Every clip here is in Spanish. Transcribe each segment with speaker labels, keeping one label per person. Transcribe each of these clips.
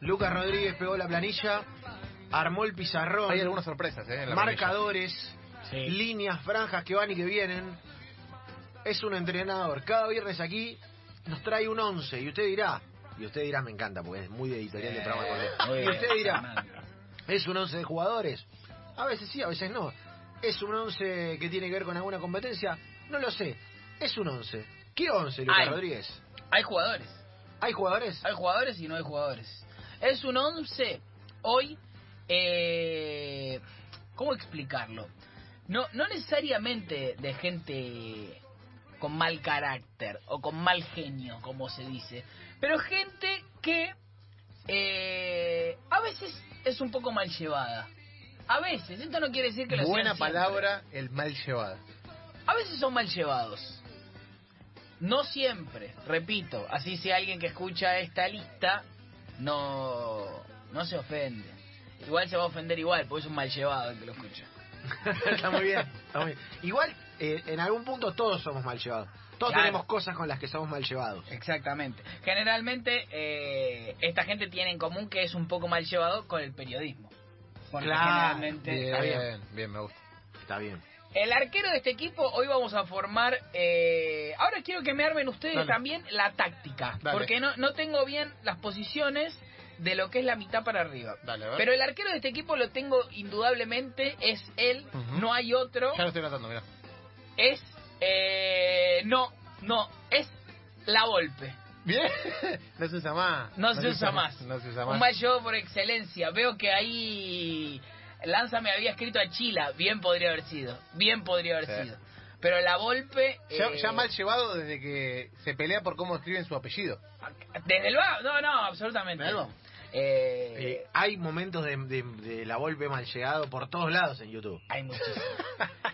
Speaker 1: Lucas Rodríguez pegó la planilla, armó el pizarrón,
Speaker 2: Hay algunas sorpresas, ¿eh? en la
Speaker 1: marcadores,
Speaker 3: Sí.
Speaker 1: líneas, franjas que van y que vienen. Es un entrenador. Cada viernes aquí nos trae un 11 y usted dirá, y usted dirá, me encanta porque es muy de editorial de programa.
Speaker 3: Muy
Speaker 1: Y
Speaker 3: bien,
Speaker 1: usted dirá,
Speaker 3: Fernando.
Speaker 1: ¿es un 11 de jugadores? A veces sí, a veces no. ¿Es un 11 que tiene que ver con alguna competencia? No lo sé. Es un 11. ¿Qué 11, Lucas
Speaker 4: Ay.
Speaker 1: Rodríguez?
Speaker 4: Hay jugadores.
Speaker 1: ¿Hay jugadores?
Speaker 4: Hay jugadores y no hay jugadores. Es un 11. Hoy, eh, ¿cómo explicarlo? No, no necesariamente de gente con mal carácter o con mal genio, como se dice, pero gente que eh, a veces es un poco mal llevada. A veces, esto no quiere decir que lo
Speaker 2: planilla. Buena
Speaker 4: sean siempre.
Speaker 2: palabra, el mal llevado.
Speaker 4: A veces son mal llevados. No siempre, repito, así si alguien que escucha esta lista no, no se ofende. Igual se va a ofender igual, porque es un mal llevado el que lo escucha.
Speaker 1: está muy bien. está muy bien. Igual, eh, en algún punto todos somos mal llevados. Todos
Speaker 4: Claro.
Speaker 1: tenemos cosas con las que somos mal llevados.
Speaker 4: Exactamente. Generalmente eh, esta gente tiene en común que es un poco mal llevado con el periodismo. Porque
Speaker 1: Claro,
Speaker 4: generalmente
Speaker 1: Está bien.
Speaker 2: bien, bien, me gusta.
Speaker 1: Está bien.
Speaker 4: El arquero de este equipo, hoy vamos a formar. eh, ahora quiero que me armen ustedes
Speaker 2: Dale.
Speaker 4: también la táctica.
Speaker 2: Dale.
Speaker 4: Porque no, no tengo bien las posiciones de lo que es la mitad para arriba.
Speaker 2: Dale, a ver.
Speaker 4: Pero el arquero de este equipo lo tengo indudablemente, es él,
Speaker 2: Ujú.
Speaker 4: no hay otro.
Speaker 2: Ya lo estoy notando, mirá.
Speaker 4: Es. eh, no, no, es la golpe.
Speaker 2: Bien, no se usa más.
Speaker 4: No, se, usa más.
Speaker 2: No se usa
Speaker 4: Un
Speaker 2: más.
Speaker 4: mal llevado por excelencia. Veo que ahí Lanza me había escrito a Chila. Bien podría haber sido. Bien podría haber
Speaker 2: Sí.
Speaker 4: sido. Pero la Volpe...
Speaker 2: Ya,
Speaker 4: eh,
Speaker 2: ya mal llevado desde que se pelea por cómo escriben su apellido.
Speaker 4: Desde el bar. No, no, absolutamente.
Speaker 2: Desde el bar.
Speaker 4: Eh,
Speaker 1: Eh, hay momentos de, de- de la golpe mal llegado por todos lados en YouTube.
Speaker 4: Hay muchísimo.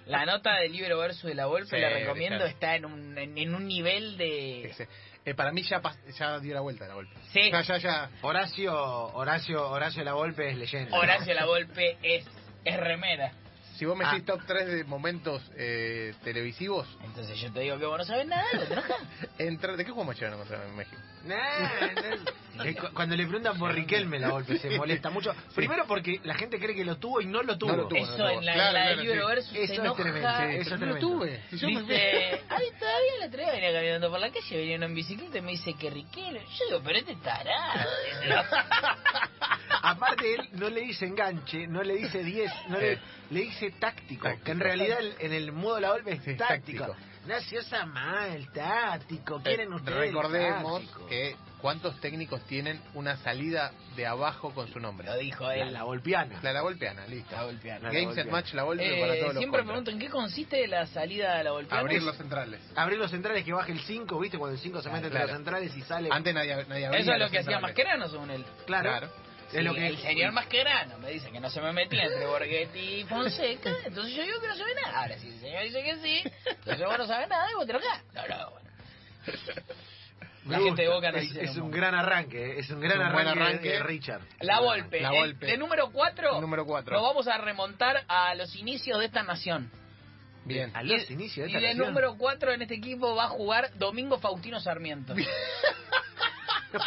Speaker 4: La nota del libro verso de la Volpe
Speaker 2: Sí,
Speaker 4: la recomiendo.
Speaker 2: claro.
Speaker 4: Está en un, en, en un nivel de...
Speaker 2: Ese. Eh, para mí ya, pas- ya dio la vuelta la golpe.
Speaker 4: Sí.
Speaker 2: Ya, ya, ya.
Speaker 1: Horacio, Horacio, Horacio la golpe es leyenda. ¿no?
Speaker 4: Horacio la Volpe es, es remera.
Speaker 2: Si vos me
Speaker 1: Ah.
Speaker 2: decís top 3 de momentos eh, televisivos,
Speaker 4: Entonces yo te digo que vos no sabes nada. lo trajo.
Speaker 2: entre... ¿de qué jugamos chileno contra en México? Eh,
Speaker 1: Nah, nah. Eh, cu- Cuando le preguntan por Riquelme la golpe se molesta mucho. Primero porque la gente cree que lo tuvo y no lo tuvo.
Speaker 2: No lo tuvo.
Speaker 4: Eso
Speaker 2: no,
Speaker 4: en la,
Speaker 2: claro,
Speaker 4: la del
Speaker 2: claro,
Speaker 4: libro
Speaker 2: sí.
Speaker 4: verso
Speaker 1: Eso
Speaker 4: se
Speaker 1: es
Speaker 4: enoja.
Speaker 1: tremendo, sí, eso es
Speaker 2: Pero no
Speaker 1: tremendo.
Speaker 2: tuve. Si yo me-
Speaker 4: Dice, ay, todavía el otro día venía caminando por la calle, venía uno en bicicleta y me dice que Riquelme. Yo digo, pero este tarado.
Speaker 1: Aparte, él no le dice enganche, no le dice 10, no le,
Speaker 2: Sí.
Speaker 1: le dice táctico,
Speaker 2: Eh. Táctico.
Speaker 1: Que en realidad el- en el modo de la golpe es
Speaker 2: Sí,
Speaker 1: táctico.
Speaker 2: táctico.
Speaker 1: No se usa mal, táctico. Quieren
Speaker 2: Eh,
Speaker 1: ustedes. el
Speaker 2: Recordemos
Speaker 1: táctico.
Speaker 2: que cuántos técnicos tienen una salida de abajo con su nombre.
Speaker 4: Lo dijo
Speaker 1: La,
Speaker 4: él.
Speaker 1: la golpeana.
Speaker 2: La la golpeana, listo.
Speaker 4: La golpeana.
Speaker 1: La
Speaker 2: Games
Speaker 1: golpeana.
Speaker 2: and Match la golpe
Speaker 4: Eh,
Speaker 2: para todos los
Speaker 4: siempre
Speaker 2: contras.
Speaker 4: pregunto, ¿en qué consiste la salida de la golpeada?
Speaker 2: Abrir los centrales.
Speaker 1: Abrir los centrales que baje el 5, ¿viste? Cuando el 5 se
Speaker 2: Ah,
Speaker 1: mete
Speaker 2: claro.
Speaker 1: entre los centrales y sale.
Speaker 2: Antes nadie, nadie abría
Speaker 4: Eso es lo
Speaker 2: los
Speaker 4: que hacía
Speaker 2: centrales.
Speaker 4: Mascherano, según él.
Speaker 1: claro.
Speaker 2: claro.
Speaker 1: Es
Speaker 4: Sí,
Speaker 1: lo que-
Speaker 4: El señor Mascherano me dice que no se me metía entre Borghetti y Fonseca, entonces yo digo que no se ve nada. Ahora, si el señor dice que sí, entonces vos no sabés nada y vos te lo quedás. No, no, bueno.
Speaker 1: Me
Speaker 4: La gente de
Speaker 1: gusta.
Speaker 4: Boca no
Speaker 1: es,
Speaker 4: hicieron
Speaker 1: es un
Speaker 4: mucho.
Speaker 1: gran arranque, ¿eh? es un gran
Speaker 2: Es un buen
Speaker 1: arranque,
Speaker 2: arranque.
Speaker 1: de Richard.
Speaker 4: La Volpe.
Speaker 2: La
Speaker 4: El-
Speaker 2: Volpe.
Speaker 4: de número 4.
Speaker 2: Número cuatro.
Speaker 4: Nos vamos a remontar a los inicios de esta nación.
Speaker 2: Bien.
Speaker 1: A los inicios
Speaker 4: Y
Speaker 1: de esta
Speaker 4: de
Speaker 1: canción.
Speaker 4: número 4 en este equipo va a jugar Domingo Faustino Sarmiento.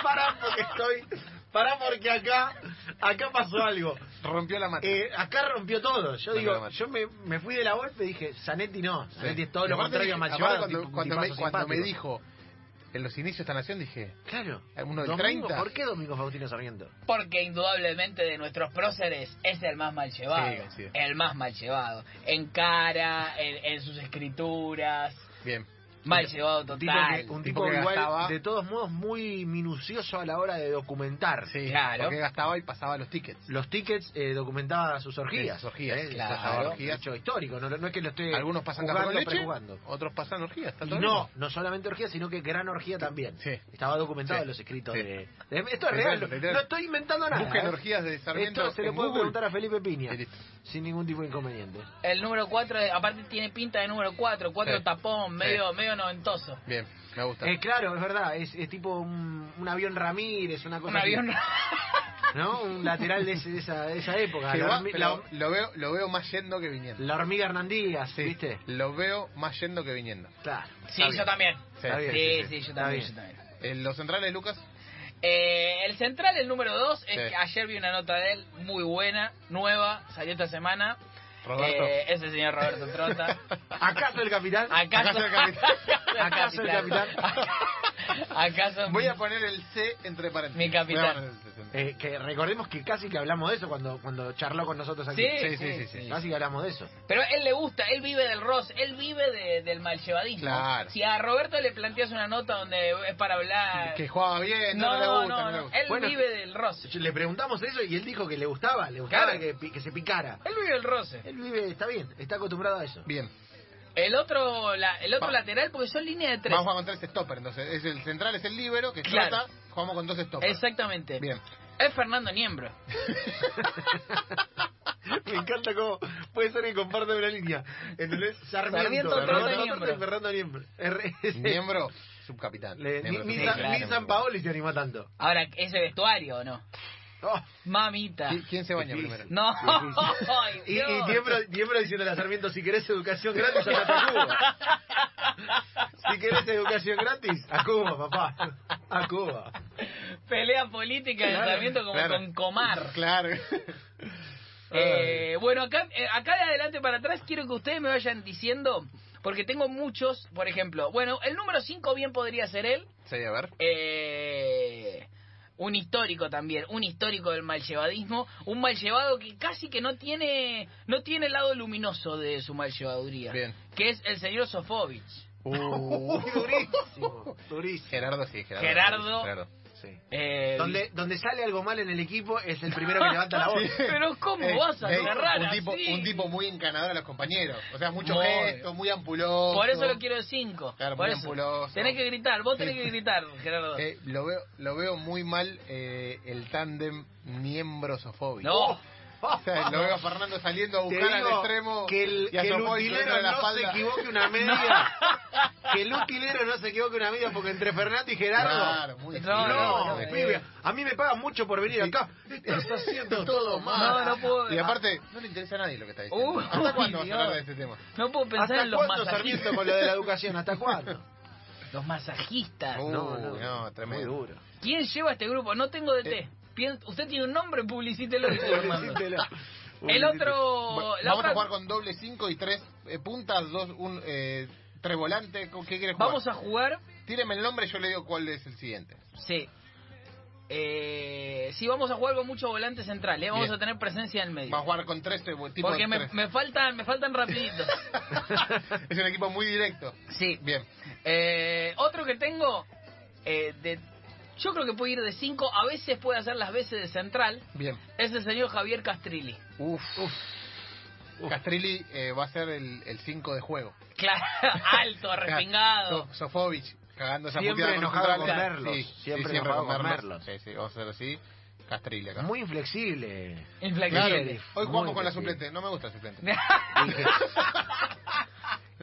Speaker 1: Pará porque estoy. Pará porque acá. Acá pasó algo.
Speaker 2: Rompió la mata.
Speaker 1: Eh, acá rompió todo. Yo
Speaker 2: No,
Speaker 1: digo,
Speaker 2: no, no.
Speaker 1: yo me, me fui de la golpe y dije, Zanetti no.
Speaker 2: Sí.
Speaker 1: Zanetti es todo lo
Speaker 2: Aparte
Speaker 1: contrario
Speaker 2: dije-
Speaker 1: a Machiavelli,
Speaker 2: aparte
Speaker 1: un
Speaker 2: Cuando,
Speaker 1: tipo-
Speaker 2: cuando
Speaker 1: un
Speaker 2: me,
Speaker 1: tipazo
Speaker 2: cuando me
Speaker 1: simpático.
Speaker 2: dijo en los inicios de esta nación, dije,
Speaker 1: Claro.
Speaker 2: Uno del
Speaker 1: Domingo,
Speaker 2: 30.
Speaker 1: ¿Por qué Domingo Faustino Sarmiento?
Speaker 4: Porque indudablemente de nuestros próceres es el más mal
Speaker 2: Sí,
Speaker 4: llevado.
Speaker 2: coincido.
Speaker 4: el más mal llevado. En cara, en, en sus escrituras.
Speaker 2: bien.
Speaker 4: Mal llevado
Speaker 1: Un tipo, que-
Speaker 4: total.
Speaker 1: un
Speaker 2: Tipo
Speaker 1: tipo
Speaker 2: que
Speaker 1: igual,
Speaker 2: gastaba-
Speaker 1: de todos modos, muy minucioso a la hora de documentar.
Speaker 2: Sí,
Speaker 4: Claro.
Speaker 2: porque gastaba y pasaba los tickets.
Speaker 1: Los tickets eh, documentaba sus orgías.
Speaker 2: Sus orgías,
Speaker 1: ¿eh?
Speaker 4: claro.
Speaker 1: Pasaba orgías. Hecho histórico, no, no es que lo esté
Speaker 2: Algunos pasan café
Speaker 1: jugando,
Speaker 2: con leche,
Speaker 1: prejugando.
Speaker 2: otros pasan orgías. está
Speaker 1: Y
Speaker 2: todo
Speaker 1: no,
Speaker 2: bien.
Speaker 1: no solamente orgía, sino que gran orgía también.
Speaker 2: Sí.
Speaker 1: Estaba documentado
Speaker 2: Sí.
Speaker 1: en los escritos
Speaker 2: Sí.
Speaker 1: de, de- Esto es real,
Speaker 2: Literal,
Speaker 1: no-
Speaker 2: literal.
Speaker 1: no estoy inventando nada.
Speaker 2: Busquen
Speaker 1: ¿eh?
Speaker 2: orgías de Sarmiento
Speaker 1: Esto se le
Speaker 2: en
Speaker 1: puede
Speaker 2: Google.
Speaker 1: preguntar a Felipe Piña,
Speaker 2: Y listo.
Speaker 1: sin ningún tipo de inconveniente.
Speaker 4: El número 4, aparte tiene pinta de número 4. 4
Speaker 2: Sí.
Speaker 4: tapón, medio, medio noventoso.
Speaker 2: Bien, me gusta.
Speaker 1: Eh, claro, es verdad, es, es tipo un, un avión Ramírez, una cosa
Speaker 4: Un avión.
Speaker 1: así, ¿no? Un lateral de, ese- de esa, de esa época.
Speaker 2: Que
Speaker 1: la,
Speaker 2: va,
Speaker 1: hormi-
Speaker 2: pero lo, veo, lo veo más yendo que viniendo.
Speaker 1: la- la hormiga Hernández,
Speaker 2: Sí,
Speaker 1: ¿viste?
Speaker 2: Lo veo más yendo que viniendo.
Speaker 1: Claro.
Speaker 4: Sí,
Speaker 1: está bien.
Speaker 4: yo también.
Speaker 2: Sí.
Speaker 1: Está
Speaker 4: Sí,
Speaker 1: bien,
Speaker 4: sí,
Speaker 1: sí, sí.
Speaker 4: yo
Speaker 1: Está
Speaker 4: también,
Speaker 1: bien.
Speaker 4: yo también.
Speaker 2: Eh, los centrales, Lucas,
Speaker 4: Eh, el central, el número 2,
Speaker 2: Sí.
Speaker 4: ayer vi una nota de él muy buena, nueva, salió esta semana.
Speaker 2: Roberto.
Speaker 4: Eh, es el señor Roberto Trota.
Speaker 1: ¿Acaso el capitán?
Speaker 4: ¿Acaso,
Speaker 2: Acá soy el capitán.
Speaker 1: Acá soy el
Speaker 4: ¿Acaso
Speaker 2: Voy a poner el C entre paréntesis.
Speaker 4: Mi capitán.
Speaker 2: Voy a poner el C entre-
Speaker 1: Eh, que recordemos que casi que hablamos de eso cuando, cuando charló con nosotros aquí.
Speaker 4: Sí,
Speaker 2: Sí, sí, sí, sí.
Speaker 1: Casi que hablamos de eso.
Speaker 4: Pero a él le gusta, él vive del Ross, él vive de- del mal llevadismo.
Speaker 2: Claro.
Speaker 4: Si a Roberto le planteas una nota donde es para hablar.
Speaker 2: Que jugaba bien, no, no, le gusta, no, le gusta.
Speaker 4: él
Speaker 1: Bueno.
Speaker 4: vive del Ross.
Speaker 1: Yo- Le preguntamos eso y él dijo que le gustaba, le gustaba
Speaker 4: Claro.
Speaker 1: que, pi- que se picara.
Speaker 4: Él vive del roce.
Speaker 1: Él vive, está bien, está acostumbrado a eso.
Speaker 2: Bien.
Speaker 4: El otro, la- el otro
Speaker 2: Va-
Speaker 4: lateral, porque son líneas de tres.
Speaker 2: Vamos a jugar con tres stopper, entonces. Es el central es el libero, que
Speaker 4: Claro.
Speaker 2: trata. Jugamos con dos stoppers.
Speaker 4: Exactamente.
Speaker 2: pues. Bien.
Speaker 4: Es Fernando Niembro.
Speaker 1: Me encanta cómo puede ser que comparta una línea. ¿Entendés? Sarmiento,
Speaker 4: Sarmiento,
Speaker 1: Fernando
Speaker 4: Trota y
Speaker 1: Trota y
Speaker 4: Niembro.
Speaker 1: Fernando Niembro. R-
Speaker 2: Miembro, subcapitán.
Speaker 1: Le- ni,
Speaker 2: Miembro,
Speaker 1: ni
Speaker 4: sí,
Speaker 1: Sa-
Speaker 2: subcapitán.
Speaker 4: claro,
Speaker 1: ni San Paoli se animó tanto.
Speaker 4: Ahora, ¿ese vestuario o no?
Speaker 1: Oh.
Speaker 4: Mamita.
Speaker 2: ¿Qui- ¿Quién se baña
Speaker 1: Difícil.
Speaker 2: primero?
Speaker 4: No. Ay,
Speaker 1: Y, y
Speaker 4: Dios.
Speaker 1: Niembro, Niembro diciéndole a Sarmiento, si querés educación gratis, andate a Cuba. Si querés educación gratis, a Cuba, papá. A Cuba.
Speaker 4: Pelea política de
Speaker 2: Claro,
Speaker 4: Sarmiento como
Speaker 2: claro.
Speaker 4: con Comar.
Speaker 2: Claro.
Speaker 4: Eh, bueno, acá, eh, acá de adelante para atrás quiero que ustedes me vayan diciendo, porque tengo muchos, por ejemplo, bueno, el número 5 bien podría ser él,
Speaker 2: Sí, a ver.
Speaker 4: eh, un histórico también, un histórico del mal llevadismo, un mal llevado que casi que no tiene no tiene el lado luminoso de su mal llevaduría,
Speaker 2: Bien.
Speaker 4: que es el señor Sofovich.
Speaker 2: Uh.
Speaker 1: Durísimo. Durísimo.
Speaker 2: Gerardo, sí, Gerardo.
Speaker 4: Gerardo.
Speaker 1: Sí.
Speaker 4: Eh,
Speaker 1: Donde, donde sale algo mal en el equipo es el primero que levanta la voz.
Speaker 4: Pero ¿cómo
Speaker 2: Eh,
Speaker 4: vas a
Speaker 2: eh,
Speaker 4: agarrar
Speaker 2: un tipo,
Speaker 4: así?
Speaker 2: un tipo muy encanador a los compañeros. O sea, mucho
Speaker 4: Muy.
Speaker 2: gesto, muy ampuloso.
Speaker 4: Por eso lo quiero de 5.
Speaker 2: Claro,
Speaker 4: Por
Speaker 2: muy
Speaker 4: eso.
Speaker 2: ampuloso.
Speaker 4: Tenés que gritar, vos tenés
Speaker 2: Sí.
Speaker 4: que gritar, Gerardo.
Speaker 2: Eh, lo, veo, lo veo muy mal eh, el tándem miembrosofóbico.
Speaker 4: No.
Speaker 1: Oh.
Speaker 2: O sea, lo veo a Fernando saliendo a
Speaker 1: Te
Speaker 2: buscar al
Speaker 1: digo
Speaker 2: extremo
Speaker 1: que el,
Speaker 2: y a
Speaker 1: que el
Speaker 2: Sofovich
Speaker 1: utilero
Speaker 2: dándole la
Speaker 1: no se
Speaker 2: espalda.
Speaker 1: equivoque una media. Que el utilero no se equivoque una media porque entre Fernando y Gerardo.
Speaker 2: Claro, muy
Speaker 4: No,
Speaker 1: No,
Speaker 4: no, no,
Speaker 1: pibe,
Speaker 4: eh.
Speaker 1: a mí me pagan mucho por venir
Speaker 2: Sí.
Speaker 1: acá. Estás haciendo todo
Speaker 4: No,
Speaker 1: mal.
Speaker 4: no puedo. Uh,
Speaker 2: Y aparte, no le interesa a nadie lo que está diciendo.
Speaker 4: Uy,
Speaker 2: ¿Hasta cuándo vas a
Speaker 4: Dios.
Speaker 2: hablar de este tema?
Speaker 4: No puedo pensar
Speaker 1: ¿Hasta
Speaker 4: en los
Speaker 1: cuándo,
Speaker 4: masajistas.
Speaker 1: Sarmiento, con lo de la educación? ¿Hasta cuándo?
Speaker 4: Los masajistas.
Speaker 2: Uh, no, tremendo.
Speaker 1: Muy duro.
Speaker 4: ¿Quién lleva este grupo? No tengo DT.
Speaker 2: Eh.
Speaker 4: Pien- Usted tiene un nombre, publicítelo. dice Fernando.
Speaker 1: Publicítelo.
Speaker 4: El otro.
Speaker 2: Bueno,
Speaker 4: la
Speaker 2: vamos
Speaker 4: otra-
Speaker 2: a jugar con doble 5 y tres eh, puntas, dos, un, eh, tres volantes. ¿Con qué quieres jugar?
Speaker 4: Vamos a jugar.
Speaker 2: Tíreme el nombre y yo le digo cuál es el siguiente.
Speaker 4: Sí. Eh, sí, vamos a jugar con mucho volante central. ¿eh? Vamos
Speaker 2: Bien.
Speaker 4: a tener presencia en el medio.
Speaker 2: Vamos a jugar con tres eh, tipos
Speaker 4: Porque
Speaker 2: de
Speaker 4: me,
Speaker 2: tres.
Speaker 4: me faltan, me faltan rapiditos.
Speaker 2: Es un equipo muy directo.
Speaker 4: sí.
Speaker 2: Bien.
Speaker 4: Eh, otro que tengo, eh, de, yo creo que puede ir de 5, a veces puede hacer las veces de central,
Speaker 2: Bien.
Speaker 4: es el señor Javier Castrilli.
Speaker 2: Uf. Castrilli eh, va a ser el 5 de juego. Ah,
Speaker 4: Claro, alto, respingado.
Speaker 2: So- Sofovich, cagando esa
Speaker 1: Siempre
Speaker 2: puteada
Speaker 1: enojado
Speaker 2: centrales.
Speaker 1: con Merlos.
Speaker 2: Sí,
Speaker 1: Siempre
Speaker 2: sí, siempre
Speaker 1: enojado
Speaker 2: con
Speaker 1: con
Speaker 2: Merlos.
Speaker 1: Merlos.
Speaker 2: Sí, sí, vamos a hacer así. Castrilli acá.
Speaker 1: Muy inflexible.
Speaker 2: Claro,
Speaker 4: Inflexible.
Speaker 2: hoy jugamos
Speaker 1: Muy
Speaker 2: con la
Speaker 1: bien.
Speaker 2: suplente. No me gusta la suplente.
Speaker 1: Dije.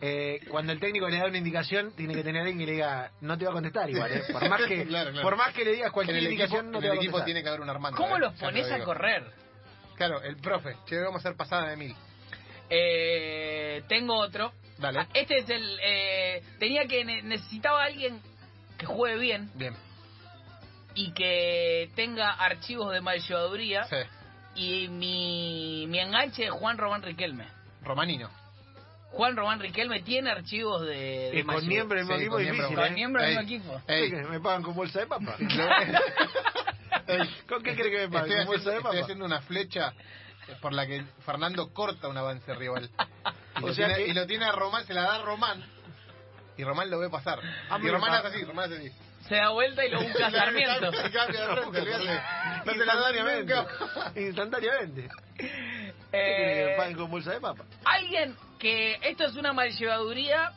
Speaker 1: Eh, cuando el técnico le da una indicación, tiene que tener alguien que le diga, no te va a contestar igual, ¿eh? Por más que,
Speaker 2: Claro, claro.
Speaker 1: Por más que le digas cualquier
Speaker 2: en el equipo,
Speaker 1: indicación, no
Speaker 2: en
Speaker 1: te
Speaker 2: el
Speaker 1: va a
Speaker 2: equipo
Speaker 1: contestar.
Speaker 2: tiene que haber un Armando.
Speaker 4: ¿Cómo
Speaker 2: eh,
Speaker 4: los
Speaker 2: ya te lo
Speaker 4: pones a
Speaker 2: digo.
Speaker 4: correr?
Speaker 2: Claro, el profe. Che, vamos a hacer pasada de mil.
Speaker 4: Eh, tengo otro.
Speaker 2: Dale.
Speaker 4: Ah, Este es el... eh, tenía que... ne- necesitaba a alguien que juegue bien
Speaker 2: Bien.
Speaker 4: y que tenga archivos de mal llevaduría.
Speaker 2: Sí.
Speaker 4: Y mi, mi enganche es Juan Román Riquelme.
Speaker 2: Romanino.
Speaker 4: Juan Román Riquelme tiene archivos de... de
Speaker 1: Y
Speaker 4: mal
Speaker 1: con
Speaker 4: llevado-
Speaker 1: miembro del mismo
Speaker 2: Sí,
Speaker 1: equipo
Speaker 2: con
Speaker 1: es
Speaker 2: miembro.
Speaker 1: difícil,
Speaker 4: Con
Speaker 1: ¿eh?
Speaker 4: miembro del
Speaker 2: Ey.
Speaker 4: mismo equipo.
Speaker 2: Ey.
Speaker 1: Sí, que me pagan con bolsa de papa.
Speaker 2: Ey,
Speaker 1: ¿Con qué crees que me
Speaker 2: Estoy
Speaker 1: pagan? ¿Con bolsa
Speaker 2: haciendo,
Speaker 1: de
Speaker 2: estoy
Speaker 1: papa?
Speaker 2: haciendo una flecha por la que Fernando corta un avance rival. Y,
Speaker 1: O
Speaker 2: lo,
Speaker 1: sea
Speaker 2: tiene,
Speaker 1: que-
Speaker 2: y lo tiene a Román, se la da a Román. Y Román lo ve pasar.
Speaker 1: Ah,
Speaker 2: y
Speaker 1: mira,
Speaker 2: Román
Speaker 1: pa-
Speaker 2: hace así, Román hace así.
Speaker 4: Se da vuelta y lo busca Sarmiento.
Speaker 2: Y cambia de frente, le hace- No se la da
Speaker 1: Instantáneamente.
Speaker 2: nunca.
Speaker 1: Instantáneamente. ¿Qué tiene que me
Speaker 4: Eh,
Speaker 1: paguen con bolsa de papa?
Speaker 4: alguien que esto es una mallevaduría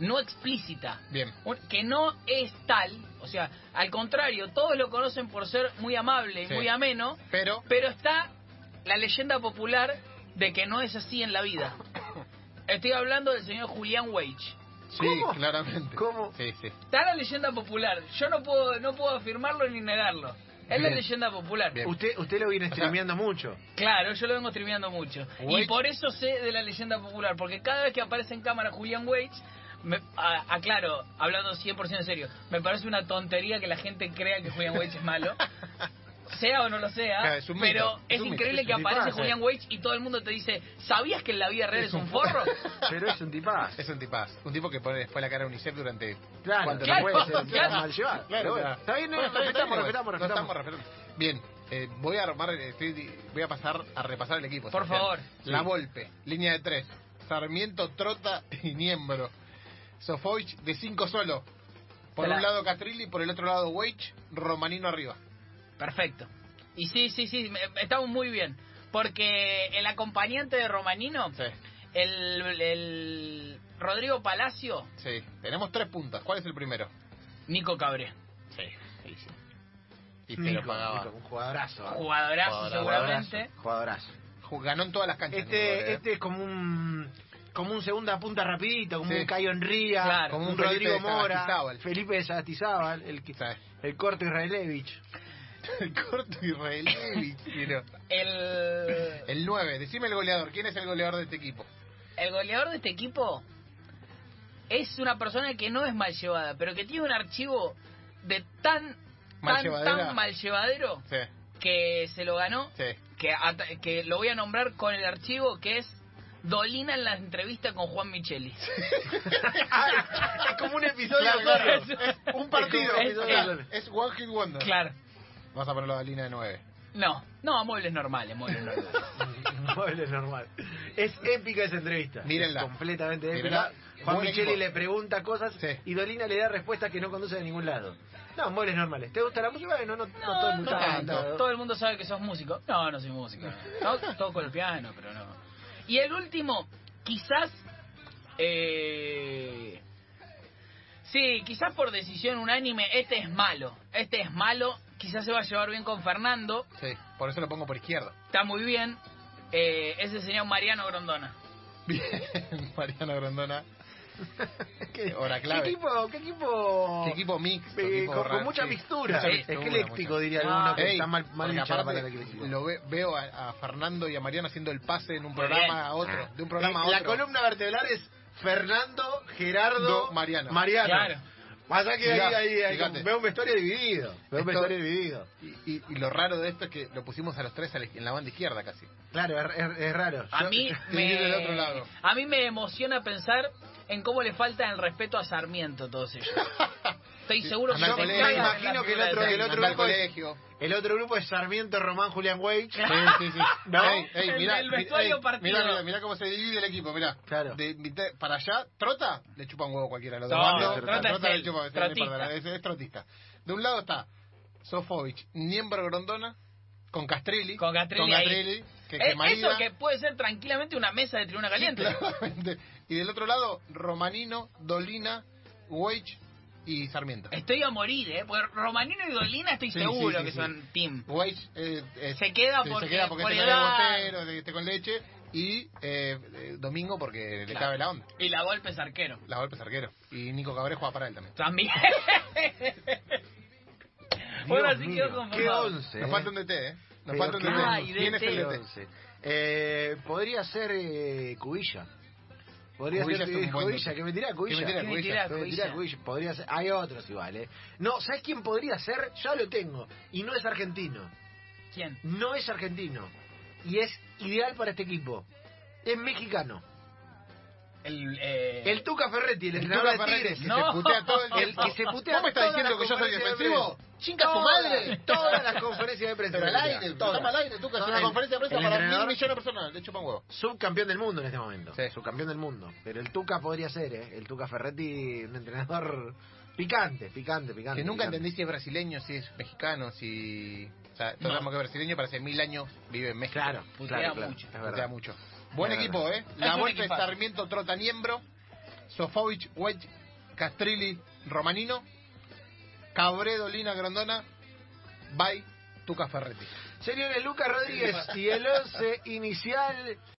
Speaker 4: no explícita,
Speaker 2: Bien.
Speaker 4: un- que no es tal, o sea, al contrario, todos lo conocen por ser muy amable y
Speaker 2: Sí.
Speaker 4: muy ameno,
Speaker 2: Pero,
Speaker 4: pero está la leyenda popular de que no es así en la vida. Estoy hablando del señor Julián Weich.
Speaker 2: sí,
Speaker 1: ¿Cómo?
Speaker 2: claramente.
Speaker 1: ¿Cómo?
Speaker 2: Sí, sí.
Speaker 4: Está la leyenda popular. Yo no puedo no puedo afirmarlo ni negarlo. Es la
Speaker 2: Bien.
Speaker 4: leyenda popular.
Speaker 2: Bien.
Speaker 1: Usted, usted lo viene
Speaker 2: sea-
Speaker 1: streameando mucho.
Speaker 4: Claro, yo lo vengo streameando mucho. Y
Speaker 2: Waits.
Speaker 4: por eso sé de la leyenda popular, porque cada vez que aparece en cámara Julian Waits, Me, a- aclaro, hablando 100% en serio, me parece una tontería que la gente crea que Julian Wage es malo. Sea o no lo sea,
Speaker 2: Claro, es un mito,
Speaker 4: pero
Speaker 2: es
Speaker 4: es,
Speaker 2: un eh. mito,
Speaker 4: increíble
Speaker 1: es
Speaker 4: que
Speaker 1: un
Speaker 4: aparece
Speaker 1: tipazo.
Speaker 4: Julian Wage y todo el mundo te dice, ¿sabías que en la vida real es, un forro?
Speaker 1: Pero es un tipazo.
Speaker 2: Es un tipazo. Un tipo que pone después la cara a UNICEF durante.
Speaker 1: Claro, no
Speaker 2: cuánto
Speaker 4: claro,
Speaker 1: puede ser
Speaker 4: claro.
Speaker 1: mal llevar. Pero bueno, Está bien, no,
Speaker 2: Bueno, está
Speaker 1: respetamos,
Speaker 2: bien,
Speaker 1: respetamos,
Speaker 2: lo
Speaker 1: respetamos.
Speaker 2: estamos respetando. Bien, eh, voy a armar, eh, estoy- voy a pasar a repasar el equipo.
Speaker 4: Por
Speaker 2: Sebastián.
Speaker 4: favor.
Speaker 2: La
Speaker 1: Sí.
Speaker 2: Volpe, línea de tres. Sarmiento, Trota y Niembro. Sofovich de cinco solo. Por
Speaker 4: Espera.
Speaker 2: un lado Catrilli, por el otro lado Weich, Romanino arriba.
Speaker 4: Perfecto. Y sí, sí, sí, me- estamos muy bien. Porque el acompañante de Romanino,
Speaker 2: Sí,
Speaker 4: el, el Rodrigo Palacio,
Speaker 2: sí. Tenemos tres puntas. ¿Cuál es el primero?
Speaker 4: Nico Cabré.
Speaker 2: Sí, Y pero
Speaker 1: Nico,
Speaker 2: pagaba.
Speaker 1: Nico, un jugadorazo. ¿eh?
Speaker 4: Jugadorazo
Speaker 2: Jugadorazo,
Speaker 4: seguramente.
Speaker 1: Jugadorazo.
Speaker 2: Ju- Ganó en todas las canchas. Nico,
Speaker 1: Este,
Speaker 2: eh.
Speaker 1: este es como un como un segunda punta rapidito, como
Speaker 2: Sí.
Speaker 1: un Caio Enría,
Speaker 4: Claro.
Speaker 1: como un,
Speaker 2: Felipe
Speaker 1: Rodrigo
Speaker 2: de
Speaker 1: Mora,
Speaker 2: Sagastizábal.
Speaker 1: Felipe de Sagastizábal, el, que-
Speaker 2: Sí.
Speaker 1: el corto Israelevich.
Speaker 2: El corto israelí. pero-
Speaker 4: El,
Speaker 2: El 9, decime el goleador. ¿Quién es el goleador de este equipo?
Speaker 4: el goleador de este equipo es una persona que no es mal llevada, pero que tiene un archivo de tan
Speaker 2: Mal
Speaker 4: tan,
Speaker 2: llevadera.
Speaker 4: tan mal llevadero
Speaker 2: Sí,
Speaker 4: que se lo ganó,
Speaker 2: sí.
Speaker 4: que, at- que lo voy a nombrar con el archivo que es Dolina en la entrevista con Juan Micheli.
Speaker 1: Ay, es como un episodio
Speaker 2: Claro,
Speaker 1: solo.
Speaker 4: claro.
Speaker 1: Es un partido.
Speaker 4: Es-
Speaker 1: episodio solo.
Speaker 2: Es One Hit Wonder.
Speaker 4: Claro.
Speaker 2: Vas a ponerlo a Lina de 9.
Speaker 4: No, no, muebles normales, muebles normales.
Speaker 1: Mueble normal. Es épica esa entrevista.
Speaker 2: Mírenla.
Speaker 1: Es completamente
Speaker 2: Mírenla.
Speaker 1: épica. Juan
Speaker 2: Buen
Speaker 1: Micheli
Speaker 2: equipo.
Speaker 1: le pregunta cosas
Speaker 2: Sí.
Speaker 1: y Dolina le da respuestas que no conducen a ningún lado. No, muebles normales. ¿Te gusta la música? Bueno, no, no,
Speaker 4: No,
Speaker 1: todo el
Speaker 4: no
Speaker 1: mundo está
Speaker 2: tanto.
Speaker 1: cantado.
Speaker 4: Todo el mundo sabe que sos músico. No, no soy músico. No, toco el piano, pero no. Y el último, quizás... eh, sí, quizás por decisión unánime, este es malo. Este es malo. Quizás se va a llevar bien con Fernando.
Speaker 2: Sí, por eso lo pongo por izquierda.
Speaker 4: Está muy bien. Eh, ese señor Mariano Grondona.
Speaker 2: Bien, Mariano Grandona.
Speaker 1: ¿Qué,
Speaker 2: Hora clave.
Speaker 1: ¿Qué equipo? ¿Qué equipo?
Speaker 2: Qué equipo mixto.
Speaker 1: eh,
Speaker 2: equipo
Speaker 1: con, con
Speaker 2: raro,
Speaker 1: mucha
Speaker 2: sí.
Speaker 1: mixtura.
Speaker 2: Mucha
Speaker 1: Eh,
Speaker 2: mixtura,
Speaker 1: Ecléctico,
Speaker 2: mucha-
Speaker 1: diría
Speaker 4: Ah.
Speaker 1: alguno que
Speaker 2: Ey,
Speaker 1: está mal, mal
Speaker 2: porque
Speaker 1: hinchada
Speaker 2: aparte
Speaker 1: para el ecléctico.
Speaker 2: lo ve- veo a, a Fernando y a Mariano haciendo el pase en un
Speaker 4: Muy
Speaker 2: programa
Speaker 4: bien.
Speaker 2: a otro, de un
Speaker 1: La-
Speaker 2: programa a
Speaker 1: Ah. la,
Speaker 2: otro.
Speaker 1: columna vertebral es Fernando, Gerardo,
Speaker 2: Do- Mariano.
Speaker 4: Claro.
Speaker 1: Pasa que ahí,
Speaker 2: Mirá,
Speaker 1: ahí, ahí
Speaker 2: fíjate.
Speaker 1: como- veo un vestuario dividido. Veo un
Speaker 2: Esto-
Speaker 1: vestuario dividido.
Speaker 2: Y, y- y lo raro de esto es que lo pusimos a los tres a la- en la banda izquierda casi.
Speaker 1: Claro, es, es- es raro.
Speaker 4: A
Speaker 1: Yo-
Speaker 4: mí,
Speaker 2: estoy
Speaker 4: me,
Speaker 2: del otro lado.
Speaker 4: a mí me emociona pensar en cómo le falta el respeto a Sarmiento todos ellos. Estoy
Speaker 2: Sí,
Speaker 4: seguro
Speaker 2: anda
Speaker 4: que
Speaker 2: al
Speaker 4: se
Speaker 2: colegio.
Speaker 4: cagan en la
Speaker 1: Imagino que el
Speaker 4: figura de
Speaker 1: otro- que el
Speaker 4: Sarmiento.
Speaker 1: otro
Speaker 2: Andá al
Speaker 1: grupo es-
Speaker 2: colegio.
Speaker 1: El otro grupo es Sarmiento, Román, Julián Wade.
Speaker 2: Sí, sí, sí.
Speaker 1: ¿No?
Speaker 4: El
Speaker 2: mirá,
Speaker 4: del vestuario
Speaker 2: mi-
Speaker 4: partido.
Speaker 2: Mirá, mirá, mirá cómo se divide el equipo, mirá.
Speaker 1: Claro.
Speaker 2: De mitad- para allá, trota, le chupa un huevo cualquiera. Lo
Speaker 4: No,
Speaker 2: demás,
Speaker 1: Trota
Speaker 4: es
Speaker 2: le
Speaker 4: él,
Speaker 2: chupa-
Speaker 4: trotista.
Speaker 2: Es, es trotista. De un lado está Sofovich, Niembro Grondona, con Castrilli.
Speaker 4: Con Castrilli ahí.
Speaker 2: Castrilli, que,
Speaker 4: Eh,
Speaker 2: que marida.
Speaker 4: Eso que puede ser tranquilamente una mesa de tribuna caliente.
Speaker 2: Claramente. Y del otro lado, Romanino, Dolina, Weich y Sarmiento.
Speaker 4: Estoy a morir, ¿eh? Porque Romanino y Dolina estoy
Speaker 2: Sí, sí,
Speaker 4: seguro
Speaker 2: sí,
Speaker 4: que
Speaker 2: sí.
Speaker 4: son team.
Speaker 2: Weich eh, eh,
Speaker 4: Se queda
Speaker 2: Sí,
Speaker 4: porque-
Speaker 2: se queda porque
Speaker 4: por
Speaker 2: este
Speaker 4: edad.
Speaker 2: con el botero, este con leche y eh, eh, Domingo porque le
Speaker 4: Claro.
Speaker 2: cabe la onda.
Speaker 4: Y la golpe es arquero.
Speaker 2: La golpe es arquero. Y Nico Cabré juega para él también.
Speaker 4: También.
Speaker 1: Dios
Speaker 4: Ahora sí
Speaker 1: mío,
Speaker 4: quedó
Speaker 1: Qué
Speaker 4: conformado.
Speaker 1: once.
Speaker 2: Nos
Speaker 1: eh.
Speaker 2: falta un DT, ¿eh? Nos
Speaker 1: Pero
Speaker 2: falta un
Speaker 1: qué
Speaker 2: DT.
Speaker 4: Ay,
Speaker 2: ¿Quién es el
Speaker 4: DT.
Speaker 2: este?
Speaker 1: Qué
Speaker 2: DT?
Speaker 1: once. Eh, podría ser eh, Cubilla. Podría
Speaker 2: Cubilla
Speaker 1: ser
Speaker 2: es un
Speaker 1: eh,
Speaker 2: buen
Speaker 1: Cubilla,
Speaker 2: tipo.
Speaker 1: que me tirá Cubilla.
Speaker 2: Que me tirá
Speaker 1: Que me
Speaker 2: Cubilla.
Speaker 1: tirá
Speaker 4: Que me
Speaker 1: Cubilla,
Speaker 4: tirá
Speaker 1: Cubilla. Podría ser, hay otros igual, ¿eh? No, ¿sabes quién podría ser? Ya lo tengo. Y no es argentino.
Speaker 4: ¿Quién?
Speaker 1: No es argentino. Y es ideal para este equipo. Es mexicano.
Speaker 4: El, eh,
Speaker 1: El Tuca Ferretti, el
Speaker 2: El
Speaker 1: entrenador
Speaker 2: Tuca
Speaker 1: de
Speaker 2: Ferretti,
Speaker 1: Tigres.
Speaker 2: que
Speaker 4: No.
Speaker 2: se putea todo el
Speaker 1: El que se putea
Speaker 2: ¿Cómo está
Speaker 1: todas
Speaker 2: diciendo
Speaker 1: las
Speaker 2: que yo soy
Speaker 1: conferencias de
Speaker 2: defensivo? ¡Chinga su
Speaker 1: Todas-
Speaker 2: madre!
Speaker 1: Todas las conferencias de prensa.
Speaker 2: Pero al
Speaker 1: Todas.
Speaker 2: aire, estamos al aire, tú que haces
Speaker 1: No,
Speaker 2: una
Speaker 1: el-
Speaker 2: conferencia de prensa
Speaker 1: el
Speaker 2: para mil
Speaker 1: entrenador-
Speaker 2: millones de personas. Le chupan huevo.
Speaker 1: Subcampeón del mundo en este momento.
Speaker 2: Sí.
Speaker 1: Subcampeón del mundo. Pero el Tuca podría ser, ¿eh? El Tuca Ferretti, un entrenador picante, picante, picante.
Speaker 2: Que nunca
Speaker 1: picante.
Speaker 2: entendí si es brasileño, si es mexicano, si... O sea, todos
Speaker 4: No.
Speaker 2: sabemos que es brasileño, pero hace mil años vive en México.
Speaker 1: Claro,
Speaker 4: Putea
Speaker 1: claro, claro,
Speaker 4: mucho,
Speaker 1: es
Speaker 2: Me
Speaker 1: verdad.
Speaker 2: queda mucho. Buen
Speaker 1: Es
Speaker 2: equipo, ¿eh? La
Speaker 4: un
Speaker 2: Volpe,
Speaker 4: equipazo.
Speaker 2: Sarmiento, Trota, Niembro, Sofovich, Wedge, Castrilli, Romanino, Cabredo, Lina, Grondona, Bay, Tuca Ferretti.
Speaker 1: Señores, Lucas Rodríguez y el 11 inicial